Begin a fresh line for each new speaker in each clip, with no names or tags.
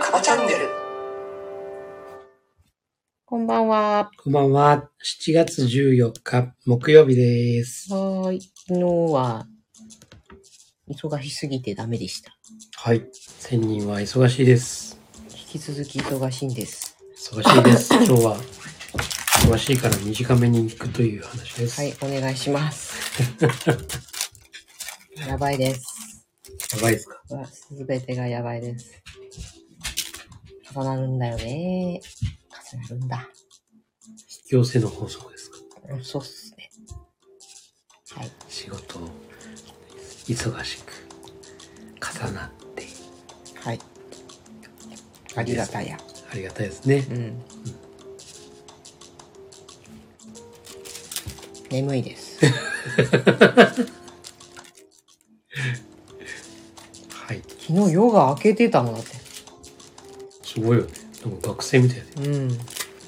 カバチャンネル
こんばんは。
こんばんは。7月14日、木曜日です。
はーい。昨日は、忙しすぎてダメでした。
はい。1000人は忙しいです。
引き続き忙しいんです。
忙しい です。今日は、忙しいから短めに行くという話です。
は
や
い、お願いし ます。やばいです。
ばいですか
すべてがやばいです。重なるんだよね。重なるんだ。
引き寄せの法則ですか
うんそうっすね。はい。
仕事を忙しく重なっている
はい。ありがたや。
ありがたいですね
う。ん。眠いです。
はい。
昨日夜が明けてたもんだって。
すごいよね。なんか学生みたいで。
うん、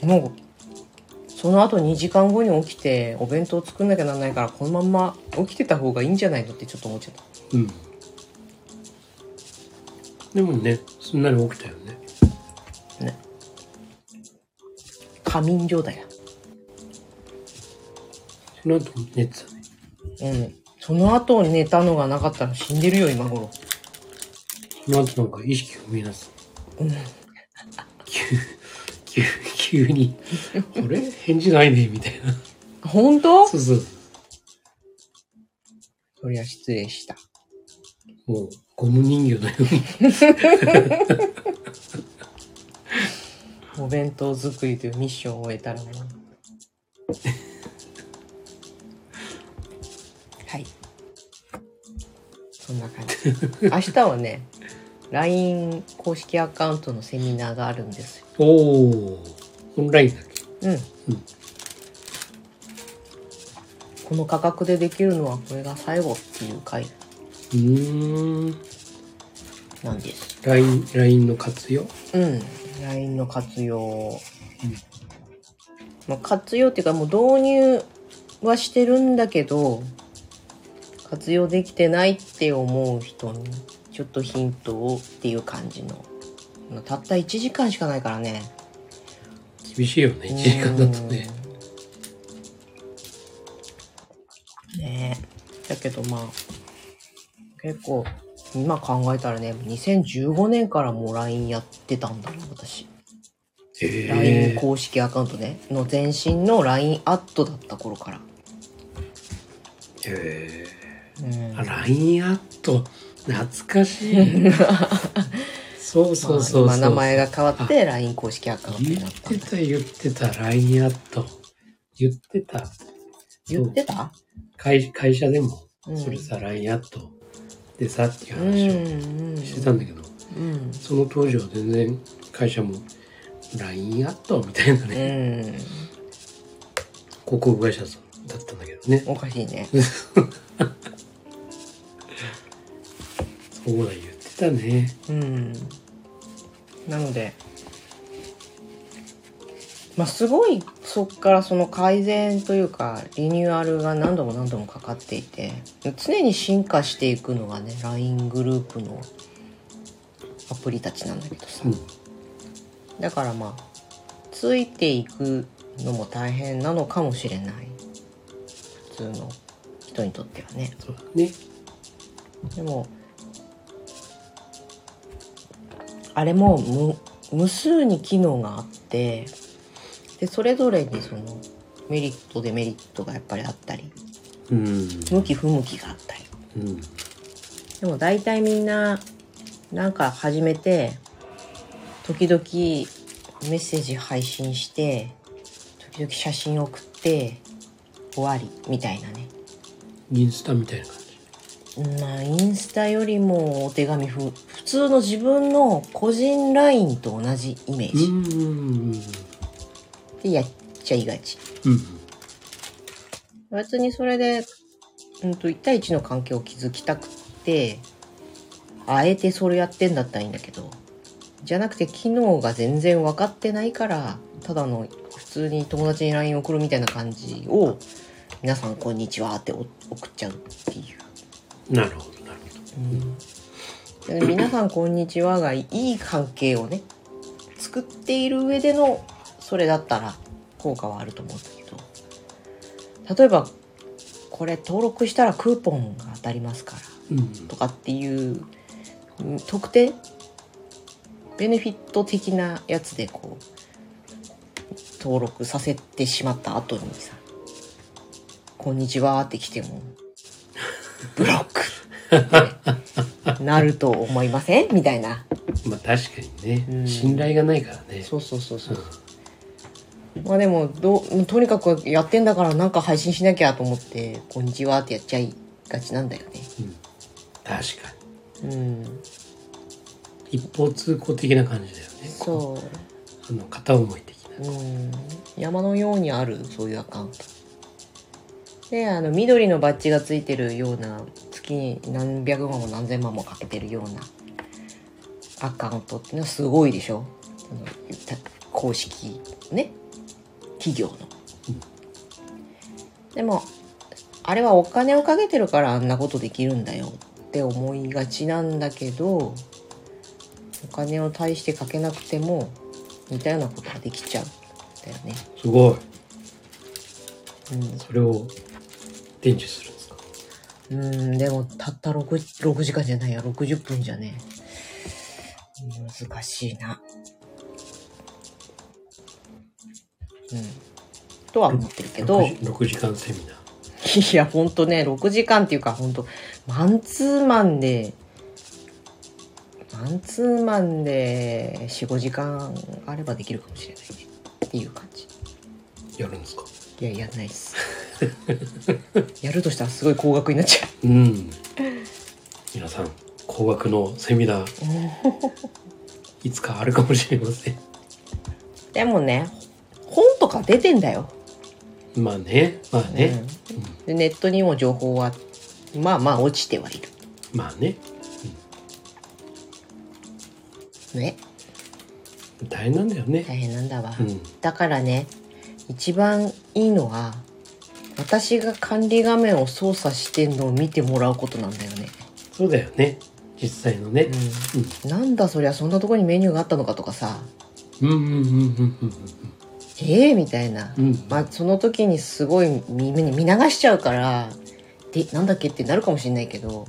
もうその後2時間後に起きてお弁当を作んなきゃなんないからこのまんま起きてた方がいいんじゃないのってちょっと思っちゃった
うん。でもね、すんなり起きたよね。
仮眠状態
その後寝てたね。
だうんその後寝たのがなかったら死んでるよ今頃
その後なんか意識を見出す。
うん
急、急、急に、あれ返事ないね、みたいな。
本当
そうそう。
そりゃ失礼した
もう、ゴム人形のように。
お弁当作りというミッションを終えたらもうはいそんな感 じ明日はね LINE 公式アカウントのセミナーがあるんですよ
おー、オンラインだっけ
うん、
うん
この価格でできるのはこれが最後っていう回
うーん。
なんです。
LINE、LINE の活用
うん。LINE の活用。まあ、活用っていうかもう導入はしてるんだけど、活用できてないって思う人にちょっとヒントをっていう感じの。まあたった1時間しかないからね。
厳しいよね、1時間だとね。
うん。ねえ。だけどまあ、結構、今考えたらね、2015年からもう LINE やってたんだな、私。LINE
えー、
公式アカウントね、の前身の LINE アットだった頃から。
え
うん
ー。LINE アット、懐かし い。そうそうそうそう。
まあ今名前が変わって LINE 公式アカウントに
言
な
っ
ったん
て
だ。
た、言ってた、LINE アット。言ってた。
言ってた
会会社でも、
うん
それさ、LINE アットでさっていううん
う
話
ん
をしてたんだけど、
うん。
その当時は全然会社も LINE アットみたいな
う
ね、
ん。
広告会社さんだったんだけどね。
おかしいね。
そうだ、言ってたね。
うん。なので、まあ、すごいそこからその改善というかリニューアルが何度も何度もかかっていて常に進化していくのがね LINE グループのアプリたちなんだけどさ、
うん。
だからまあついていくのも大変なのかもしれない普通の人にとってはね。
そうだね。
でもあれも無無数に機能があってでそれぞれにそのメリットデメリットがやっぱりあったり
うん。
向き不向きがあったり
うん。
でも大体みんななんか始めて時々メッセージ配信して時々写真送って終わりみたいなね
インスタみたいな感じ。
まあ、インスタよりもお手紙風普通の自分の個人 LINE と同じイメー
う
ジ
ん。うん。
でやっちゃいがち、
うん。
別にそれで、うん、と1対1の関係を築きたくってあえてそれやってんだったらいいんだけどじゃなくて機能が全然分かってないからただの普通に友達に LINE 送るみたいな感じを皆さんこんにちはってお送っちゃうっていう
なるほどなるほど
だから皆さんこんにちはがいい関係をね作っている上でのそれだったら効果はあると思うんだけど例えばこれ登録したらクーポンが当たりますから
うん
とかっていううん特定ベネフィット的なやつでこう登録させてしまった後にさ「こんにちは」って来て も「ブロック」ってなると思いませんみたいな
まあ確かにね、
うん
信頼がないからね
そうそうそうそうまあでもどうとにかくやってんだからなんか配信しなきゃと思って「こんにちは」ってやっちゃいがちなんだよね
確か
うん
に一方通行的な感じだよね
そう
あの片思い的な
うん山のようにあるそういうアカウントであの緑のバッジがついてるような月に何百万も何千万もかけてるようなアカウントっていうのはすごいでしょそのた公式ね企業の、でもあれはお金をかけてるからあんなことできるんだよって思いがちなんだけどお金を対してかけなくても似たようなことができちゃうんだよね、
すごい
うん、
それを伝授するんですか
うーん、でも、たった 6, 6時間じゃないや、60分じゃねえ。難しいな。うん。とは思ってるけど、い
6, 6時間セミナ ー
や、ほんとね、6時間っていうか、ほんと、マンツーマンで、マンツーマンで4、5時間あればできるかもしれないね。っていう感じ。
やるんですか
いや、やんないっす。やるとしたらすごい高額になっちゃう。
うん皆さん高額のセミナーいつかあるかもしれません
でもね、本とか出てんだよ。
まあねまあね、
でネットにも情報はまあまあ落ちてはいる
まあね
ね
大変なんだよね、
大変なんだわ、
うん
だからね一番いいのは私が管理画面を操作してんのを見てもらうことなんだよね、
そうだよね実際のね、
うん、なんだそりゃそんなとこにメニューがあったのかとかさ
うん、うんうんうんうんうん
ええみたいな、
うん
まあその時にすごい見見流しちゃうからでなんだっけってなるかもしれないけど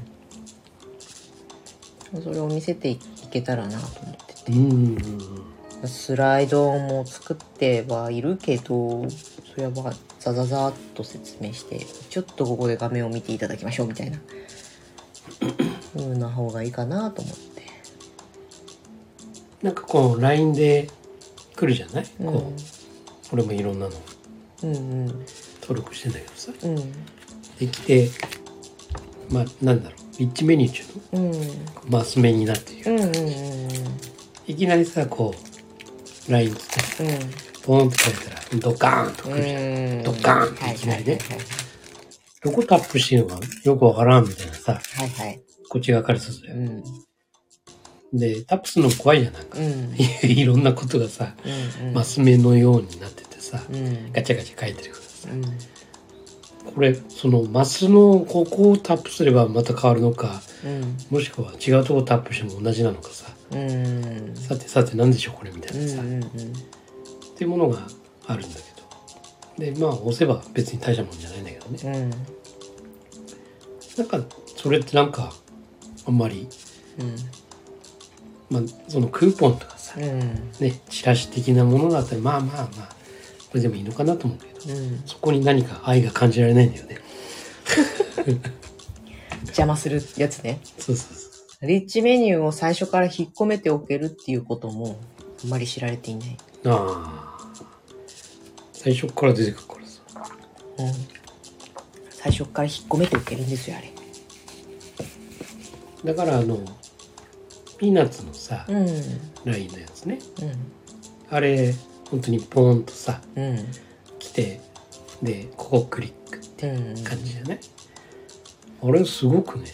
それを見せていけたらなと思ってて
うんうんうん
スライドも作ってはいるけどそれはまあザザザーっと説明してちょっとここで画面を見ていただきましょうみたいなふうな方がいいかなと思って
なんかこう LINE で来るじゃない、
うん
こう俺もいろんなの
うんうん
登録してんだけどさ
うん
できてまあなんだろうリッチメニュー中の
うん
マス目になっている
うんうんうん
いきなりさこう LINE 来てポーンって書いたらドカーンと
うん
来るじゃん、
うん
ドカーンっていきなりねどこタップしてるのかよくわからんみたいなさ
はいはいはい
こっち側からするじゃ
うんん
でタップするの怖いじゃんなんか
うん
いろんなことがさ
うんうん
マス目のようになっててさ
うん
ガチャガチャ書いてるからさ
うん
これそのマスのここをタップすればまた変わるのか
うん
もしくは違うとこタップしても同じなのかさ
うん
さてさて何でしょうこれみたいなさ、
う
っ
んうん
ていうものがあるんだけどでまあ押せば別に大したもんじゃないんだけどね
うん
なんかそれってなんかあんまり、まあ、そのクーポンとかさ、
うん
ねチラシ的なものだったらまあまあまあこれでもいいのかなと思うけど、
うん
そこに何か愛が感じられないんだよね
邪魔するやつね。
そうそうそ
リッチメニューを最初から引っ込めておけるっていうことも、あんまり知られていない。
うああ最初から出てくるからさ
うん。最初から引っ込めておけるんですよ、あれ。
だからあのピーナッツのさ、
うん。
ラインのやつね
うん。
あれ本当にポーンとさ
うん。
来てでここクリックって
うん。
感じだね、あれすごくね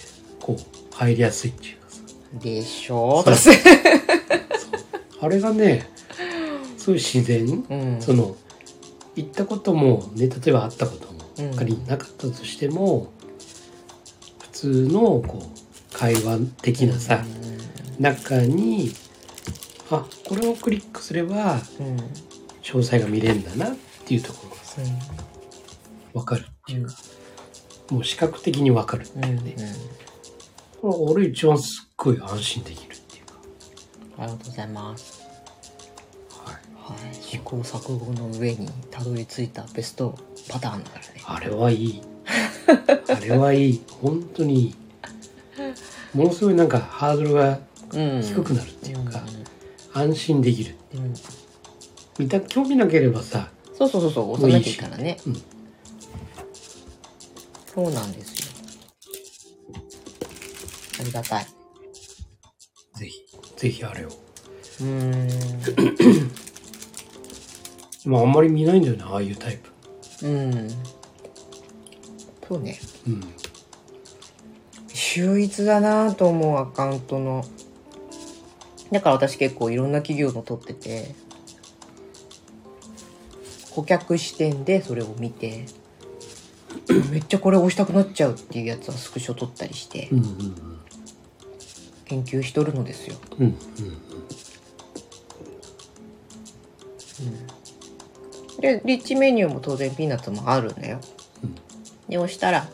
こう入りやすいっていうかさ
でしょ
そ
さ
う
すが
あれがねそういう自然、
うん
その行ったことも、ね、例えば会ったことも
うん
仮になかったとしても、普通のこう会話的なさ、中にあこれをクリックすれば
うんうん
詳細が見れるんだなっていうところがさ分かるっていうか、もう視覚的に分かるっていうね、これ俺一番すっごい安心できるっていうか、
ありがとうございます、
はい、
はい、試行錯誤の上にたどり着いたベストパターンだからね
あれはい いあれはいい本当にいいものすごいなんかハードルが
うん
低くなるっていうか、安心できる
うんうん
見た興味なければさ
そうそうそうそう押さなきゃいいからね
いいし
そうなんですよありがたい
ぜひぜひあれを
うー
まああんまり見ないんだよねああいうタイプ
んうんそうね
うん
秀逸だなと思うアカウントのだから私結構いろんな企業の撮ってて顧客視点でそれを見てめっちゃこれ押したくなっちゃうっていうやつはスクショ撮ったりして
うんうん
研究しとるのですよ
うんうん
でリッチメニューも当然ピーナッツもあるんだよ、で押したら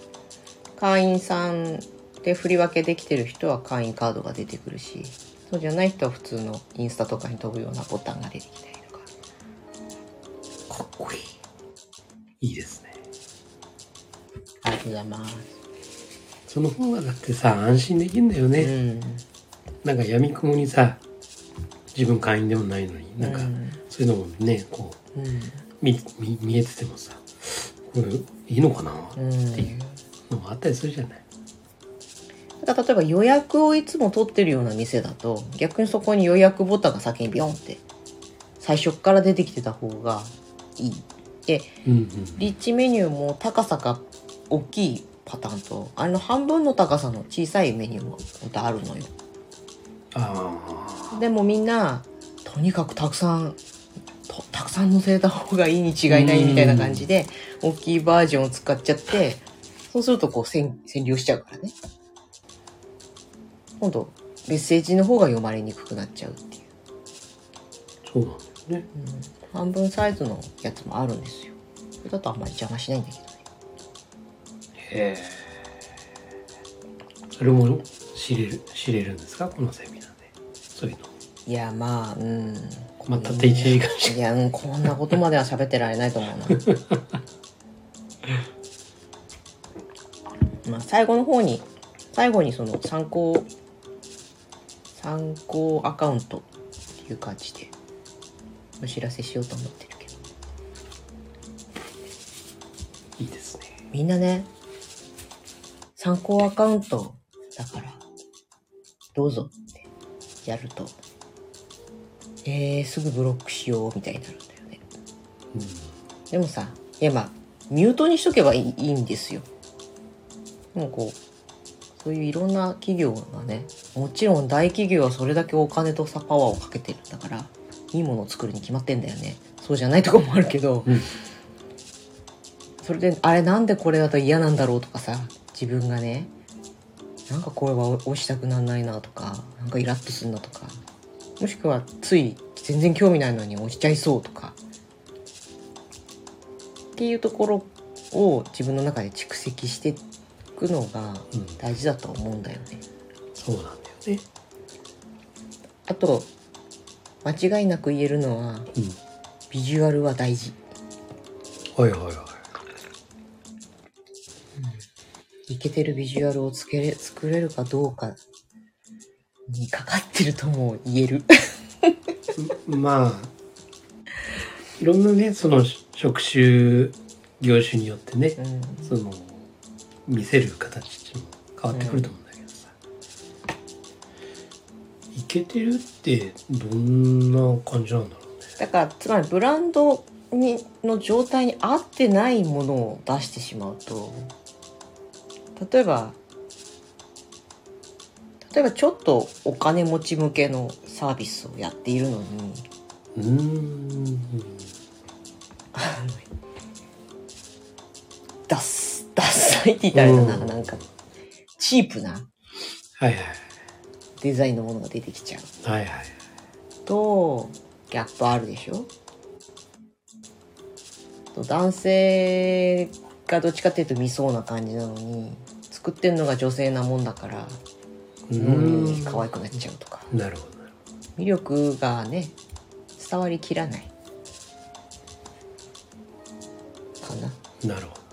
会員さんで振り分けできてる人は会員カードが出てくるしそうじゃない人は普通のインスタとかに飛ぶようなボタンが出てきたりとか
かっこいいいいですね
ありがとうございます
その方がだってさ安心できるんだよ
う
ね、
ん
なんかやみくもにさ自分会員でもないのになんか、
うん
そういうのもねこう
うん
見見見えててもさこれいいのかなって
うん
いうのもあったりするじゃない、
だから例えば予約をいつも取ってるような店だと逆にそこに予約ボタンが先にビョンって最初っから出てきてた方がいいで
うん
リッチメニューも高さが大きいパターンとあれの半分の高さの小さいメニューも本当あるのよ
あ
でもみんなとにかくたくさんとたくさん載せた方がいいに違いないみたいな感じで大きいバージョンを使っちゃってそうするとこう占占領しちゃうからね今度メッセージの方が読まれにくくなっちゃうっていう、
あそうなんですね
うん、半分サイズのやつもあるんですよそれだとあんまり邪魔しないんだけどね
へえそれも知れる知れるんですかこのセミナーでそういうの
いやまあうん
まあたった1時間しか
いや、うん、こんなことまでは喋ってられないと思うな。まあ、最後の方に、最後にその参考、参考アカウントっていう感じで、お知らせしようと思ってるけど。
いいですね
みんなね、参考アカウントだから、どうぞってやると、えー、すぐブロックしようみたいになるんだよね。でもさ、いやまあ、ミュートにしとけばいいいいんですよ。もうこう、そういういろんな企業がね、もちろん大企業はそれだけお金とさパワーをかけてるんだから、いいものを作るに決まってんだよね。そうじゃないとこもあるけど、
うん
それで、あれなんでこれだと嫌なんだろうとかさ、自分がね、なんかこれは押したくなんないなとか、なんかイラッとするなとか、もしくはつい全然興味ないのに押しちゃいそうとか、っていうところを自分の中で蓄積していくのが
うん
大事だと思うんだよね。
そうなんだよね
あと間違いなく言えるのは
うん
ビジュアルは大事。
はいはいはい
イケてるビジュアルをつけれ作れるかどうかにかかってるとも言える。
まあいろんなねその職種業種によってね、
うん
その見せる形っていうのも変わってくると思うんだけどさ、イケてるってどんな感じなんだろうね
だからつまりブランドにの状態に合ってないものを出してしまうと例えば例えばちょっとお金持ち向けのサービスをやっているのに
うーん
あのダッスダッサいって言ったらあれだな、
うん
なんかチープな
はいはい
デザインのものが出てきちゃう
はいはい
とギャップあるでしょと男性がどっちかっていうと見そうな感じなのに作ってんのが女性なもんだから
う
妙に
ー
可愛くなっちゃうとか
んなるほどなる
魅力がね伝わりきらないかな
ほどなるほど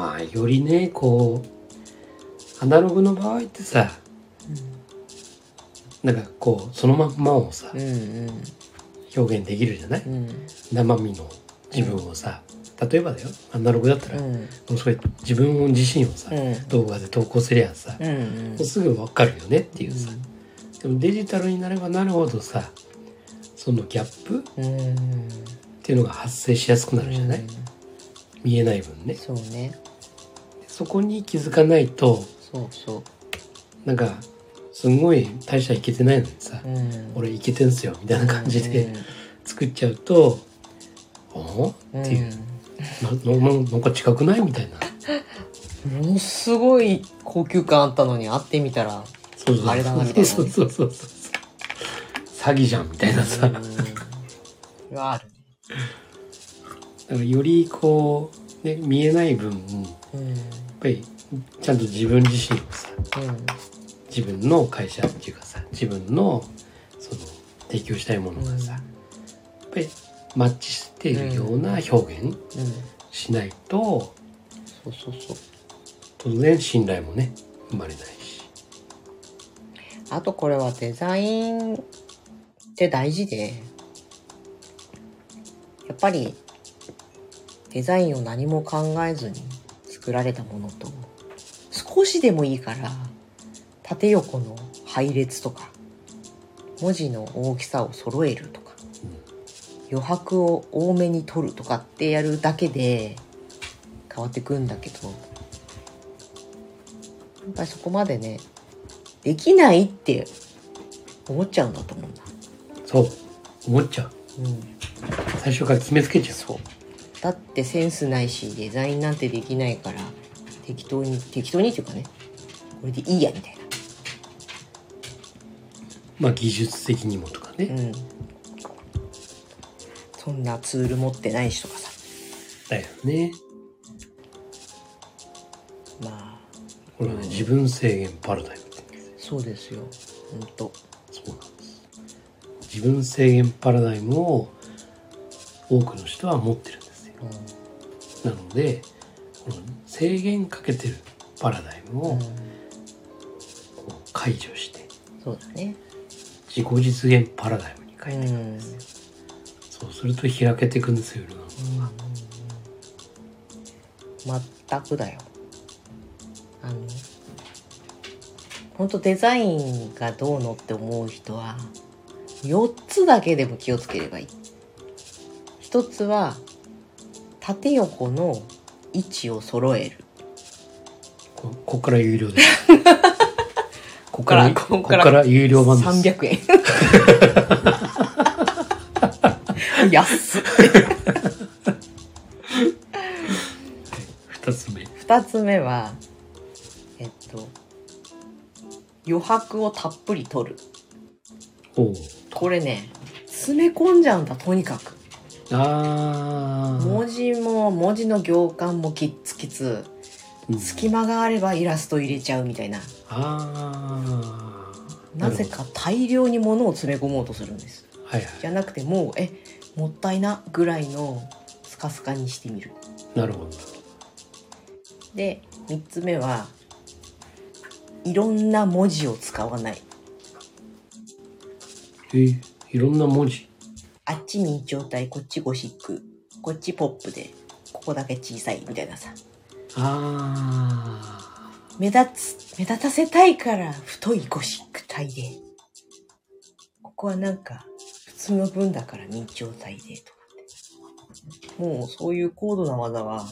まあよりねこうアナログの場合ってさなんかこうそのまんまをさ
うんうん
表現できるじゃない
うん
生身の自分をさ例えばだよアナログだった
う
ら、も
ん
うそれ自分自身をさ、
うん
動画で投稿すりゃさ、
うんうん
もうすぐ分かるよねっていうさ、でもデジタルになればなるほどさそのギャップっ
うん
ていうのが発生しやすくなるじゃない、見えない分ね
そうね
そこに気づかないと
そうそ
なんかすごい大したいけてないのにさ、
ううん
俺いけてんすよみたいな感じ
う
で
んうん
作っちゃうと、お
うん
っていう、なななんか近くないみたいな
ものすごい高級感あったのに会ってみたら
そうそう
あれだなみたいなね
そうそうそうそう詐欺じゃんみたいなさ、だか
うんがある
らよりこう、ね、見えない分や
うんうん
っぱりちゃんと自分自身をさ自分の会社っていうかさ自分のその提供したいものがさ、やっぱりマッチしているような表現
うん
しないと、
そうそうそう
当然信頼もね生まれないし
あとこれはデザインって大事で、やっぱりデザインを何も考えずに作られたものと、少しでもいいから縦横の配列とか、文字の大きさを揃えるとか、余白を多めに取るとかってやるだけで変わってくんだけど、やっぱりそこまでね、できないって思っちゃうんだと思うんだ、
そう思っちゃう最初から決めつけちゃう
そうだってセンスないしデザインなんてできないから適当に適当にっていうかねこれでいいやみたい
まあ技術的にもとかね、
なうんそんなツール持ってないしとかさ
だよね
まあ
これはね自分制限パラダイムって言うんですよ
そうですよほんと
そうなんです自分制限パラダイムを多くの人は持ってるんですよ
う
なのでこの制限かけてるパラダイム
ん、うん
をこう解除して
そうだね
自己実現パラダイムに
う
変えていく、
ん
そうすると開けていくんですよいろんなものが
全くだよあの本当デザインがどうのって思う人は4つだけでも気をつければいい一つは縦横の位置を揃える
こここから有料です ここ
から
ここ
ここから
から有料版です
300円安っ
2つ目
2つ目はえっと余白をたっぷり取る
おう
これね詰め込んじゃうんだとにかく
あー
文字も文字の行間もキッツキツ
うん
隙間があればイラスト入れちゃうみたいな
あー
なぜか大量に物を詰め込もうとするんです
なるほどはいは
じゃなくてもうえもったいなぐらいのスカスカにしてみる
いなるほど
で3つ目はいろんな文字を使わない
えーいろんな文字
あっちに状態こっちゴシックこっちポップでここだけ小さいみたいなさ
あ
目立つ目立たせたいから太いゴシック体でここはなんか普通の分だから認知体でとかってもうそういう高度な技は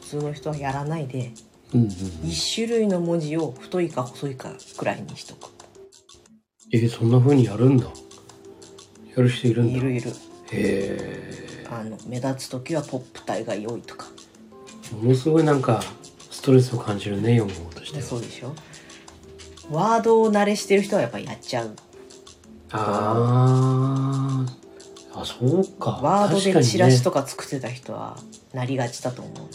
普通の人はやらないで
ーうんうんうん。
1種類の文字を太いか細いかくらいにしとく
えー、そんな風にやるんだ。やる人いるん
い
だ。へ
るいる
え。
あの目立つ時はポップ体が良いとか
ものすごいなんか、ストレスを感じるね、読む方としては。
そうでしょワードを慣れしてる人はやっぱやっちゃう
あーあ、そうか。
ワード
確か
で
に
チラシ
ね、
とか作ってた人はなりがちだと思う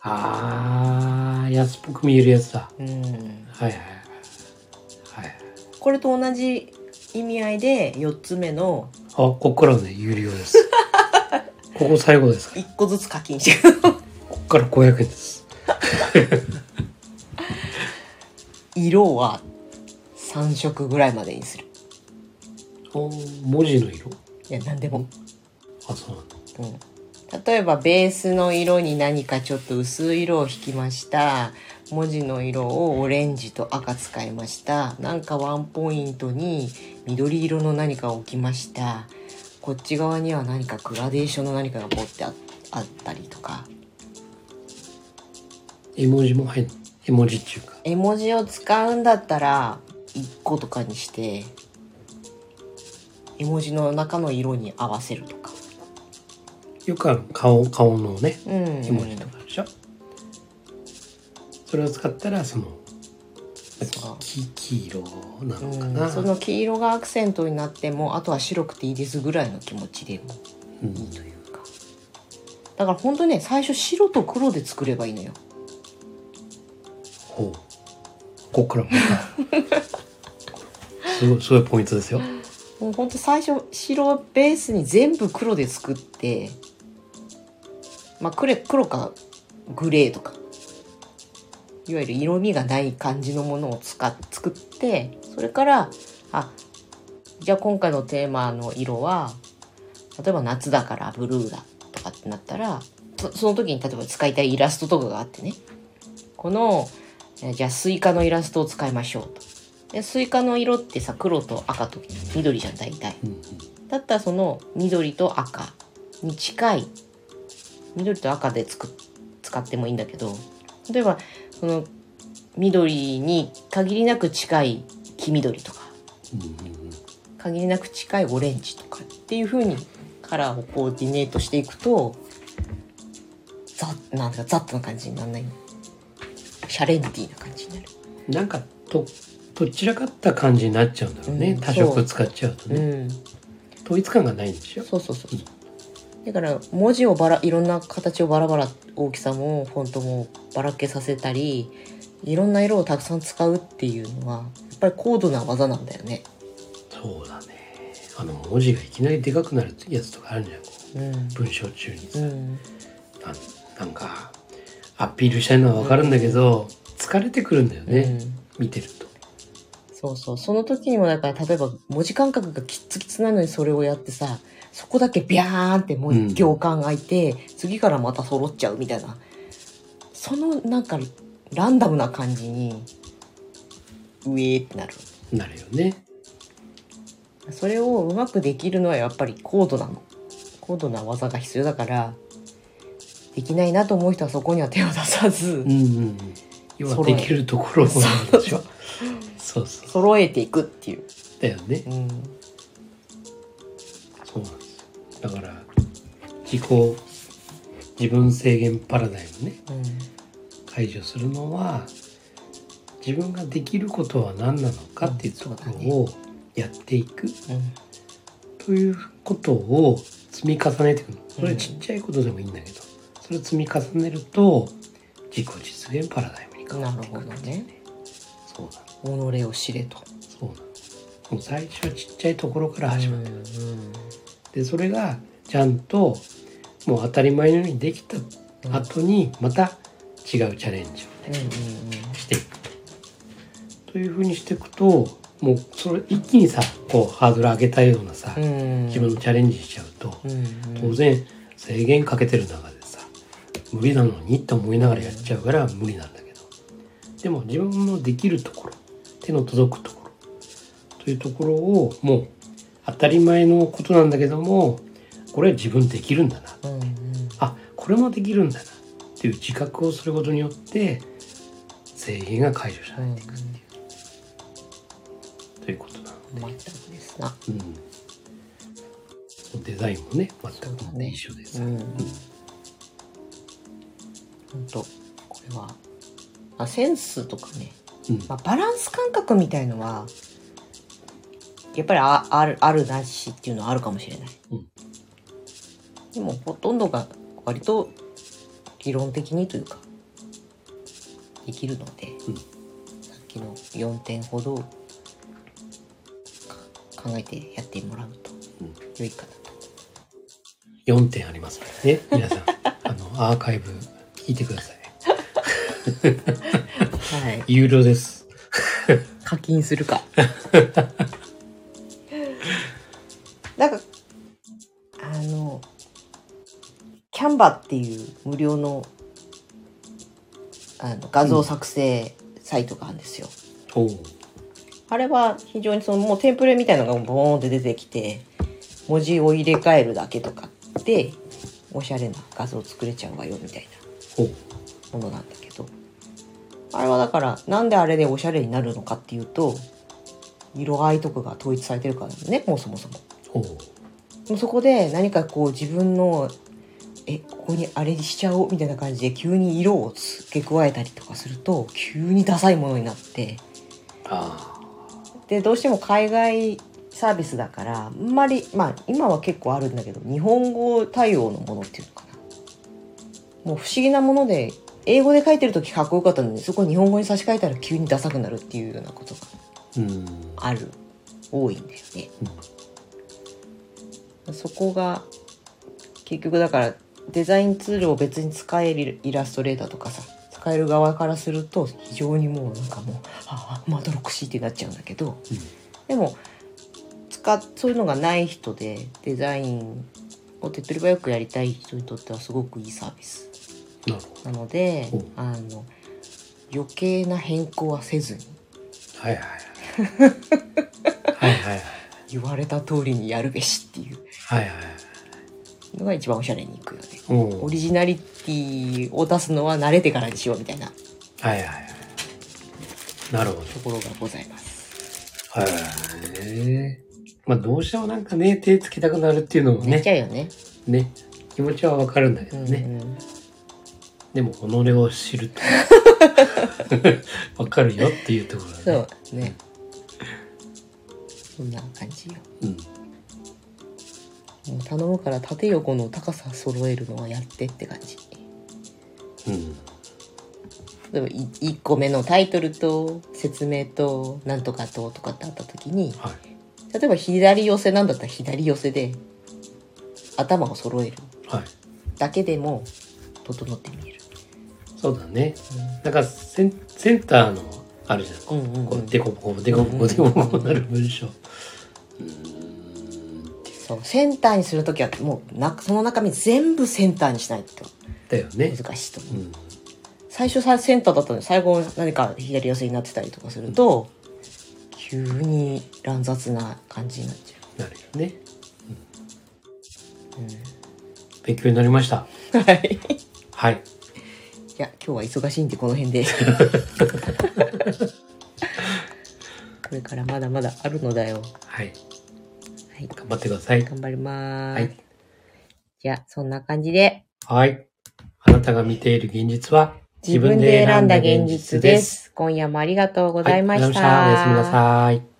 ああ、安っぽく見えるやつだ。
なうん
はいはいはい。はい。
これと同じ意味合いで4つ目の
あ、ここからはね、有 料です。ここ最後ですから。
1個ずつ課金してく
ここから500円です。
色は3色ぐらいまでにする
おー文字の色
いや何でも、
あ、そうなんだ。
うん、例えばベースの色に何かちょっと薄い色を引きました文字の色をオレンジと赤使いましたなんかワンポイントに緑色の何かを置きましたこっち側には何かグラデーションの何かがポってああったりとか
絵文字も入るの絵文字っていうか。
絵文字を使うんだったら1個とかにして絵文字の中の色に合わせるとか
よくある顔、顔のね、
うん
絵文字とかでしょ、それを使ったら、その、
そう
き黄色なのか
う
な。
ん、その黄色がアクセントになってもあとは白くていいですぐらいの気持ちでも
うん
いいというかだから本当ね最初白と黒で作ればいいのよ
ほう。ここからまた。すごい、すごいポイントですよ。
もう本当最初白ベースに全部黒で作ってまあ黒黒かグレーとかいわゆる色味がない感じのものを使っ作ってそれからあじゃあ今回のテーマの色は例えば夏だからブルーだとかってなったらそその時に例えば使いたいイラストとかがあってねこのえじゃあスイカのイラストを使いましょうと。でスイカの色ってさ黒と赤と緑じゃん大体
うんうん
だったらその緑と赤に近い緑と赤でつく使ってもいいんだけど例えばその緑に限りなく近い黄緑とか
うんうんうん
限りなく近いオレンジとかっていう風にカラーをコーディネートしていくとザッなんかザッとな感じにならないシャレンディーな感じになる。
なんか、と、どちらかった感じになっちゃうんだろうね。
うん
多色使っちゃうと
う
ね、
ん
統一感がないんでしょ。
そうそうそうそうだから文字をばらいろんな形をバラバラ大きさもフォントもばらけさせたりいろんな色をたくさん使うっていうのはやっぱり高度な技なんだよね。
そうだね。あの、文字がいきなりでかくなるやつとかあるじゃん。こ
うん
う文章中にさ。
うん
なんなんかアピールしたいのは分かるんだけど、疲れてくるんだよね、
うん
見てると。
そうそうその時にもだから例えば文字感覚がキッツキツなのにそれをやってさそこだけビャーンってもう一行間空いて、次からまた揃っちゃうみたいなそのなんかランダムな感じにうえーってなる。
なるよね。
それをうまくできるのはやっぱり高度なの高度な技が必要だからできないなと思う人はそこには手を出さず
うんうんうん。要は
揃え
できるところをなんでしょ。そうそう。
揃えていくっていう、
だよね。
うん、
そうなんですよ。だから自己自分制限パラダイムね解除するのは自分ができることは何なのかっていうところをやっていく。
う
ということを積み重ねていくのそれ
う
は
ん
ちっちゃいことでもいいんだけど、それを積み重ねると自己実現パラダイムに変
ん、
わ
な
っ
る
てい
ほ
く
どね
そうだ
己を知れと
そうだもう最初はちっちゃいところから始
始
ま
ま
る、
る、うん
でそれがちゃんともう当たり前のようにできた後にまた違うチャレンジをね、していくとというふうにしていくともうそれ一気にさこうハードル上げたようなさ、
うんうん
自分のチャレンジしちゃうと、
うん
当然制限かけてる中でさ無理なのにって思いながらやっちゃうから無理なんだけどでも自分のできるところ手の届くところというところをもう当たり前のことなんだけどもこれは自分できるんだな
うんうん
あこれもできるんだなっていう自覚をすることによって制限が解除されていくっていう、ということな
全くですな。
ので、うん、デザインもね全くもって一緒で
う
さ、
ん。本当これは、あ、センスとかね、
うん
まあ、バランス感覚みたいのは、やっぱりあある、あるなしっていうのはあるかもしれない。
うん
でも、ほとんどが割と理論的にというか、できるので、
うん
さっきの4点ほどか考えてやってもらうと
うん
良いかなと。
4点ありますからね皆さ んあのアーカイブ聞いてください
はい。
有料です
課金するか。 なんか、あの、キャンバっていう無料のあの画像作成サイトがあるんですよ。
おお
あれは非常にそのもうテンプレみたいなのがボーンって出てきて、文字を入れ替えるだけとかで、おしゃれな画像作れちゃうわよみたいな。
おう
ものなんだけどあれはだからなんであれでおしゃれになるのかっていうと色合いとかが統一されてるからねもうそもそも。
おう
でもそこで何かこう自分のえここにあれにしちゃおうみたいな感じで急に色を付け加えたりとかすると急にダサいものになって
あ
でどうしても海外サービスだからあんまりまあ今は結構あるんだけど日本語対応のものっていうのかなもう不思議なもので英語で書いてる時かっこよかったのにそこを日本語に差し替えたら急にダサくなるっていうようなことが
ーうん
ある多いんだよね。そこが結局だからデザインツールを別に使えるイラストレーターとかさ使える側からすると非常にもうなんかもうああまどろっこしいってなっちゃうんだけど、
うん
でも使っそういうのがない人でデザインを手っ取り早くやりたい人にとってはすごくいいサービス
なるほど
なので
うん
あの余計な変更はせずに
はいはいはいはいはいはい
言われた通りにやるべしっていう
はいはいはい
のが一番おしゃれにいくよね。
おう
オリジナリティを出すのは慣れてからにしようみたいな
はいはいはいなるほど
ところがございます。
へえ。まあどうしてもなんかね、手つきたくなるっていうのも
ね、ち
ね、
ゃうよね。
ね、気持ちはわかるんだけ
う
ど
ん
ね。でも己を知る と。わかるよっていうところ
そ
だね。
うね。そんな感じよ。
うん。
もう頼むから縦横の高さ揃えるのはやってって感じ。
うん。
例えばい1個目のタイトルと説明となんとかととかってあった時に
はい。
例えば左寄せなんだったら左寄せで頭を揃える
はい。
だけでも整って見える。
そうだね。なんかセンセンターのあるじゃん。
うんうん
こ
う
う、
ん、
デコボコ、デコボコ、デコボコなる文章。うーん。
そうセンターにする時はもうなその中身全部センターにしないと
だよね。
難しいと思う
うん。
最初さセンターだったのに最後何か左寄せになってたりとかすると、急に乱雑な感じになっちゃ
なるよね。
う、うん、い
勉強になりました。はい。
や今日は忙しいんでこの辺 でこれからまだまだあるのだよ
はい。
はい
頑張ってください。
頑張りま
は
ーす、
い。
じゃあそんな感じで
はい。あなたが見ている現実は
自分で選んだ現実です今夜もありがとうご
ござ
ざい
いま
ま
し。
したた、
はいありがとうございましたおやすみなさい。